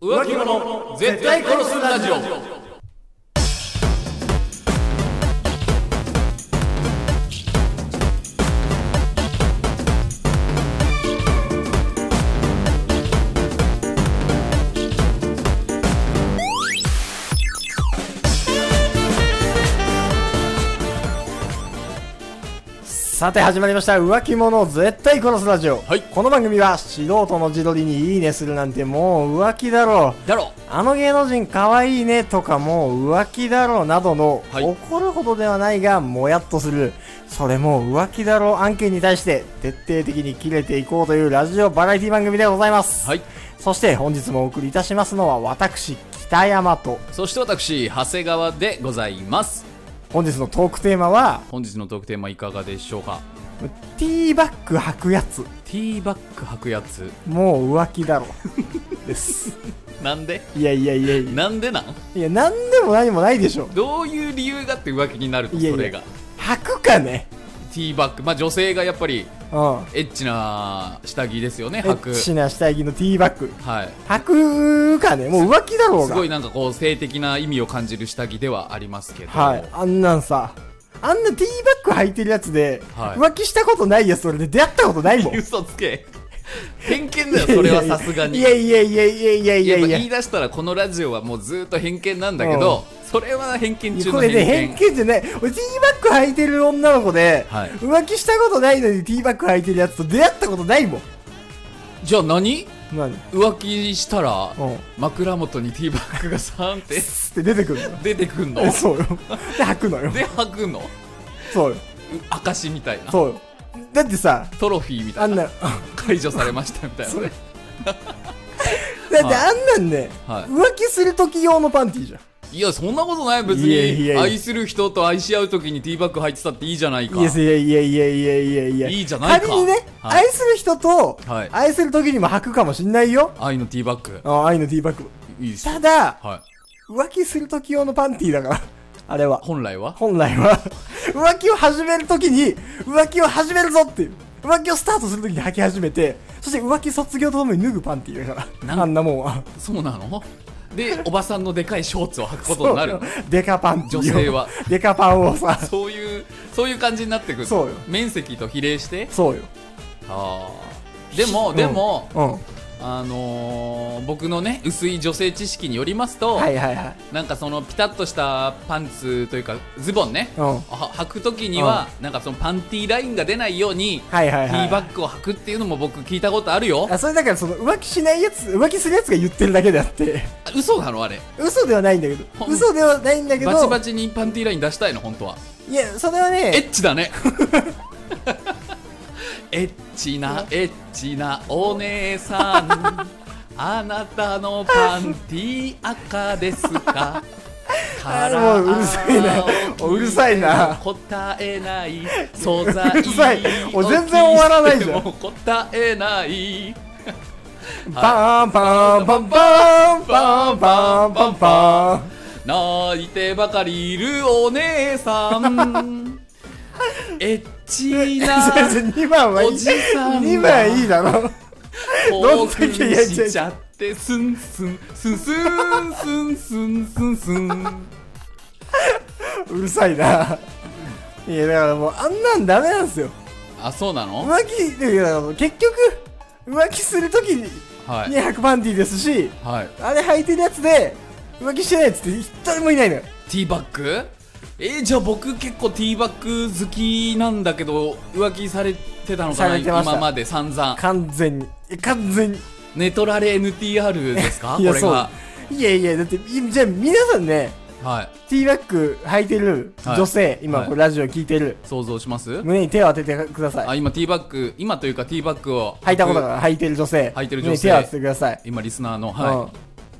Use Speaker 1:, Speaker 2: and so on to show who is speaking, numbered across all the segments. Speaker 1: 浮気者絶対殺すラジオ
Speaker 2: さて始まりました浮気者を絶対殺すラジオ、
Speaker 1: はい
Speaker 2: この番組は素人の自撮りにいいねするなんてもう浮気だろう
Speaker 1: だろ
Speaker 2: あの芸能人かわいいねとかもう浮気だろうなどの、
Speaker 1: はい
Speaker 2: 怒るほどではないがもやっとするそれも浮気だろう案件に対して徹底的に切れていこうというラジオバラエティ番組でございます、
Speaker 1: はい
Speaker 2: そして本日もお送りいたしますのは私北山と
Speaker 1: そして私長谷川でございます
Speaker 2: 本日のトークテーマは
Speaker 1: 本日のトークテーマいかがでしょうか
Speaker 2: ティーバッグ履くやつ
Speaker 1: ティーバッグ履くやつ
Speaker 2: もう浮気だろ うです
Speaker 1: なんで
Speaker 2: いやいやいやいや。
Speaker 1: なんでなん
Speaker 2: いや、なんでも何もないでしょ。
Speaker 1: どういう理由があって浮気になると
Speaker 2: いやいや
Speaker 1: それが
Speaker 2: 履くかね
Speaker 1: ティーバッグまあ女性がやっぱり
Speaker 2: うん。
Speaker 1: エッチな下着ですよね
Speaker 2: エ
Speaker 1: 履く
Speaker 2: ッチな下着のティーバッグ。
Speaker 1: はい
Speaker 2: 履くかねもう浮気だろう
Speaker 1: す
Speaker 2: が。
Speaker 1: ごいなんかこう性的な意味を感じる下着ではありますけど
Speaker 2: はい。あんなんさ。あんなティーバッグ履いてるやつで、
Speaker 1: はい
Speaker 2: 浮気したことないやつ俺で出会ったことないもん。
Speaker 1: 嘘つけ偏見だよそれはさすがに
Speaker 2: いやいやいやいやいやい
Speaker 1: や
Speaker 2: や
Speaker 1: っぱ
Speaker 2: いや
Speaker 1: 言い
Speaker 2: い
Speaker 1: 出したらこのラジオはもうずーっと偏見なんだけど、それは偏見
Speaker 2: や。
Speaker 1: 中
Speaker 2: こ
Speaker 1: の
Speaker 2: れ
Speaker 1: 偏
Speaker 2: ね、
Speaker 1: 見
Speaker 2: 偏見じゃない。俺、ティーバッグ履いてる女の子で、
Speaker 1: はい
Speaker 2: 浮気したことないのにティーバッグ履いてるやつと出会ったことないもん。
Speaker 1: じゃあ何
Speaker 2: 何
Speaker 1: 浮気したら、
Speaker 2: うん
Speaker 1: 枕元にティーバッグがさーんって
Speaker 2: つって出てくるの
Speaker 1: 出てくんの
Speaker 2: よ。そうよ。で、履くのよ。
Speaker 1: で吐くのう
Speaker 2: そうよ。
Speaker 1: 証みたいな
Speaker 2: そうよ。だってさ、
Speaker 1: トロフィーみた
Speaker 2: あ
Speaker 1: い
Speaker 2: ん
Speaker 1: な
Speaker 2: な、だ
Speaker 1: 解除されましたみたいなね
Speaker 2: ってあんなんね、
Speaker 1: はい
Speaker 2: 浮気するとき用のパンティーじゃん。
Speaker 1: いやそんなことない別
Speaker 2: いやいやい
Speaker 1: に
Speaker 2: や
Speaker 1: 愛する人と愛し合う時にティーバッグ入ってたっていいじゃないか
Speaker 2: いやいやいやいやいやいやいや。
Speaker 1: いいじゃないか
Speaker 2: 仮にね、
Speaker 1: はい
Speaker 2: 愛する人と、
Speaker 1: はい
Speaker 2: 愛するときにも履くかもしんないよ。
Speaker 1: 愛のティーバッグ
Speaker 2: あ愛のティーバッグ。
Speaker 1: いいですよ
Speaker 2: ただ、
Speaker 1: はい
Speaker 2: 浮気するとき用のパンティーだから、あれは。
Speaker 1: 本来は
Speaker 2: 本来は、浮気を始めるときに、浮気を始めるぞっていう。浮気をスタートするときに履き始めて、そして浮気卒業とともに脱ぐパンティーだから。あんなもんは。
Speaker 1: そうなのでおばさんのでかいショーツを履くことになるの
Speaker 2: そうよ デカパンティーを
Speaker 1: 女性は。
Speaker 2: デカパンをさ、
Speaker 1: そういう、そういう感じになってくる。
Speaker 2: そうよ
Speaker 1: 面積と比例して。
Speaker 2: そうよ。
Speaker 1: ああ。でも、
Speaker 2: うん
Speaker 1: でも、
Speaker 2: う
Speaker 1: あのー僕のね、薄い女性知識によりますと、
Speaker 2: ん。はいはいはい。
Speaker 1: なんかそのピタッとしたパンツというか、ズボンね、
Speaker 2: うん
Speaker 1: は履くときには、なんかそのパンティーラインが出ないように、
Speaker 2: はいはいはい。
Speaker 1: ティーバッグを履くっていうのも僕聞いたことあるよ。
Speaker 2: あ、それだからその浮気しないやつ、浮気するやつが言ってるだけであって、
Speaker 1: あ嘘なのあれ。
Speaker 2: 嘘ではないんだけど
Speaker 1: ほ、ん
Speaker 2: 嘘ではないんだけど、
Speaker 1: バチバチにパンティーライン出したいの、本当は。
Speaker 2: いや、それは
Speaker 1: エ
Speaker 2: ね、
Speaker 1: ッチだ ね。エッチなエッチなお姉さ ん。あなたのパンティ赤ですか。
Speaker 2: あーもううるさいな
Speaker 1: カラーを聞ても
Speaker 2: うるさいな
Speaker 1: 答えない素材。
Speaker 2: うるさいお全然終わらないじゃん
Speaker 1: もう答えない。
Speaker 2: バーンバーンバンバーンバーンバーンバンバーン。
Speaker 1: 泣いてばかりいるお姉さ ん。エッチな。
Speaker 2: 2番はいい。
Speaker 1: おじさんは
Speaker 2: 2番いいだろ。
Speaker 1: 興奮しちゃってスンスンスンスンスンスンスンスン
Speaker 2: うるさいな。いや、だからもう、あんなんダメなんですよ。
Speaker 1: あそうなの
Speaker 2: 浮気、いやだから結局、浮気するときに、
Speaker 1: はい
Speaker 2: に履くパンティーですし、
Speaker 1: はい
Speaker 2: あれ履いてるやつで、浮気してないやつって一人もいないのよ。
Speaker 1: ティーバッグえーじゃあ僕結構ティーバッグ好きなんだけど浮気されてたのか
Speaker 2: さ
Speaker 1: な
Speaker 2: れてました
Speaker 1: 今まで散々
Speaker 2: 完全に。え完全に。
Speaker 1: ネトラレ NTR ですかこれが
Speaker 2: う。いやいや、だって、いじゃあ皆さんね、
Speaker 1: はい
Speaker 2: ティーバッグ履いてる
Speaker 1: はい
Speaker 2: 女性、今
Speaker 1: はい
Speaker 2: これラジオ聞いてる、
Speaker 1: 想像します
Speaker 2: 胸に手を当ててくださ
Speaker 1: あ
Speaker 2: い。
Speaker 1: 今ティーバッグ今というかティーバッグを
Speaker 2: 履いたことが履いてる女性、
Speaker 1: 履いてる
Speaker 2: 胸
Speaker 1: 女
Speaker 2: に
Speaker 1: 性
Speaker 2: 手を当ててください。
Speaker 1: 今リスナーのは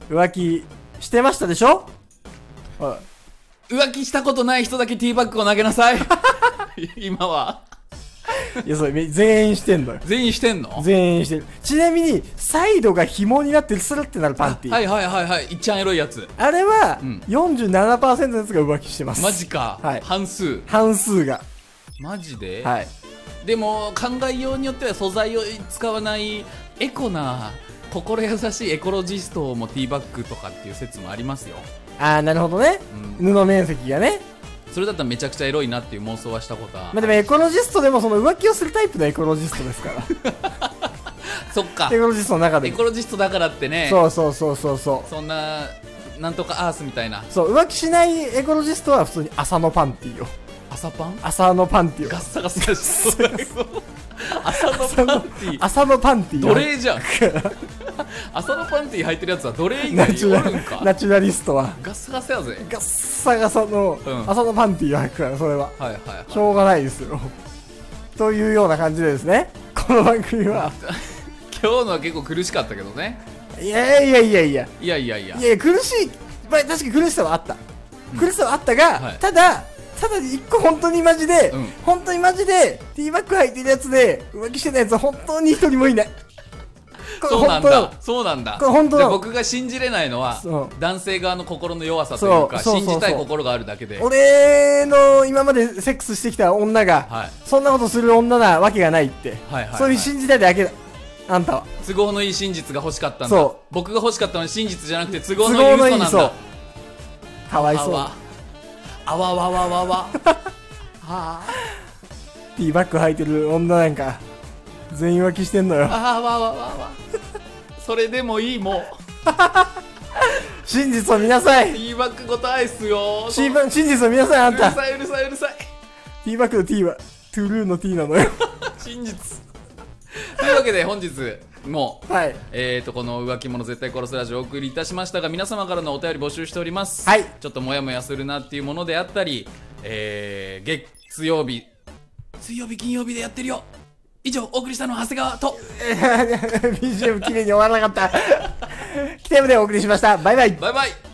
Speaker 2: うん浮気してましたでしょおい
Speaker 1: い浮気したことない人だけティーバッグを投げな さい今はい
Speaker 2: や、それ、全員してんのよ。
Speaker 1: 全員してんの
Speaker 2: 全員してる。ちなみに、サイドが紐になってるスルってなるパンティー。
Speaker 1: はいはいはいはいいっちゃんエロいやつ
Speaker 2: あれは、
Speaker 1: うん
Speaker 2: 47%のやつが浮気してます。
Speaker 1: マジか、
Speaker 2: はい
Speaker 1: 半数
Speaker 2: 半数が。
Speaker 1: マジで、
Speaker 2: はい。
Speaker 1: でも考えようによっては素材を使わないエコな心優しいエコロジストもティーバッグとかっていう説もありますよ、
Speaker 2: ああなるほどね、
Speaker 1: う
Speaker 2: 布面積がね
Speaker 1: それだったらめちゃくちゃエロいなっていう妄想はしたことは、
Speaker 2: まあでもエコロジストでもその浮気をするタイプのエコロジストですから
Speaker 1: そっか
Speaker 2: エコロジストの中で
Speaker 1: エ
Speaker 2: も
Speaker 1: コロジストだからってね
Speaker 2: そうそうそうそうそう
Speaker 1: そんななんとかアースみたいな
Speaker 2: そう浮気しないエコロジストは普通に朝のパンティーを
Speaker 1: 朝パン
Speaker 2: 朝のパンティー
Speaker 1: ガッ
Speaker 2: を
Speaker 1: サガサしてそうだけど朝のパンテ ィー
Speaker 2: 朝のパンティー
Speaker 1: 奴
Speaker 2: を
Speaker 1: 隷じゃん朝のパンティー履いてるやつは奴隷以
Speaker 2: ナ
Speaker 1: 外
Speaker 2: チ
Speaker 1: に
Speaker 2: ュ
Speaker 1: お
Speaker 2: ラ
Speaker 1: るん
Speaker 2: ル
Speaker 1: か
Speaker 2: ナチュラリストは
Speaker 1: ガッサガサやぜ
Speaker 2: ガッサガサの
Speaker 1: うん
Speaker 2: 朝のパンティーを履くからそれは
Speaker 1: はいはいはい
Speaker 2: しょうがないですよというような感じでですねこの番組は
Speaker 1: 今日のは結構苦しかったけどね
Speaker 2: いやいやいやいや
Speaker 1: いやいやいや
Speaker 2: いや苦しい、まあ、確かに苦しさはあった、苦しさはあったが、
Speaker 1: はい
Speaker 2: ただただ一個本当にマジで、
Speaker 1: うん
Speaker 2: 本当にマジでティーバッグ履いてるやつで浮気してないやつは本当に一人もいないこれ
Speaker 1: そうなん
Speaker 2: 本
Speaker 1: だそうなんだ
Speaker 2: これ本当
Speaker 1: じ
Speaker 2: な
Speaker 1: ゃあ
Speaker 2: の
Speaker 1: 僕が信じれないのは
Speaker 2: そう
Speaker 1: 男性側の心の弱さというか
Speaker 2: そうそうそうそう
Speaker 1: 信じたい心があるだけで
Speaker 2: 当俺の今までセックスしてきた女が、
Speaker 1: はい
Speaker 2: そんなことする女なわけがないって、
Speaker 1: はいはいはい
Speaker 2: それ信じたいだけだあんたは
Speaker 1: 都合のいい真実が欲しかったんだ
Speaker 2: そ
Speaker 1: 僕が欲しかったのは真実じゃなくて都合のいい嘘なん
Speaker 2: そう
Speaker 1: だ
Speaker 2: かわい
Speaker 1: あ
Speaker 2: そう
Speaker 1: わあわわわわわあ
Speaker 2: ティーバッグ履いてる女なんか全員浮気してんのよ
Speaker 1: あわわわわそれでもいいもう
Speaker 2: 真実を見なさ
Speaker 1: ティ
Speaker 2: い
Speaker 1: ーバックごとアイスよ
Speaker 2: 真実を見なさいあ
Speaker 1: うんる
Speaker 2: た
Speaker 1: さいうるさいうるさい
Speaker 2: ティーバッグの T はトゥルーの T なのよ
Speaker 1: 真実というわけで本日もう
Speaker 2: はい
Speaker 1: えー、とこの浮気者絶対殺すラジオをお送りいたしましたが皆様からのお便り募集しております、
Speaker 2: はい
Speaker 1: ちょっとモヤモヤするなっていうものであったり、えー、月曜日水曜日金曜日でやってるよ以上お送りしたのは長谷川と
Speaker 2: BGM 綺麗に終わらなかった北山でお送りしましたバイバイ
Speaker 1: バイバイ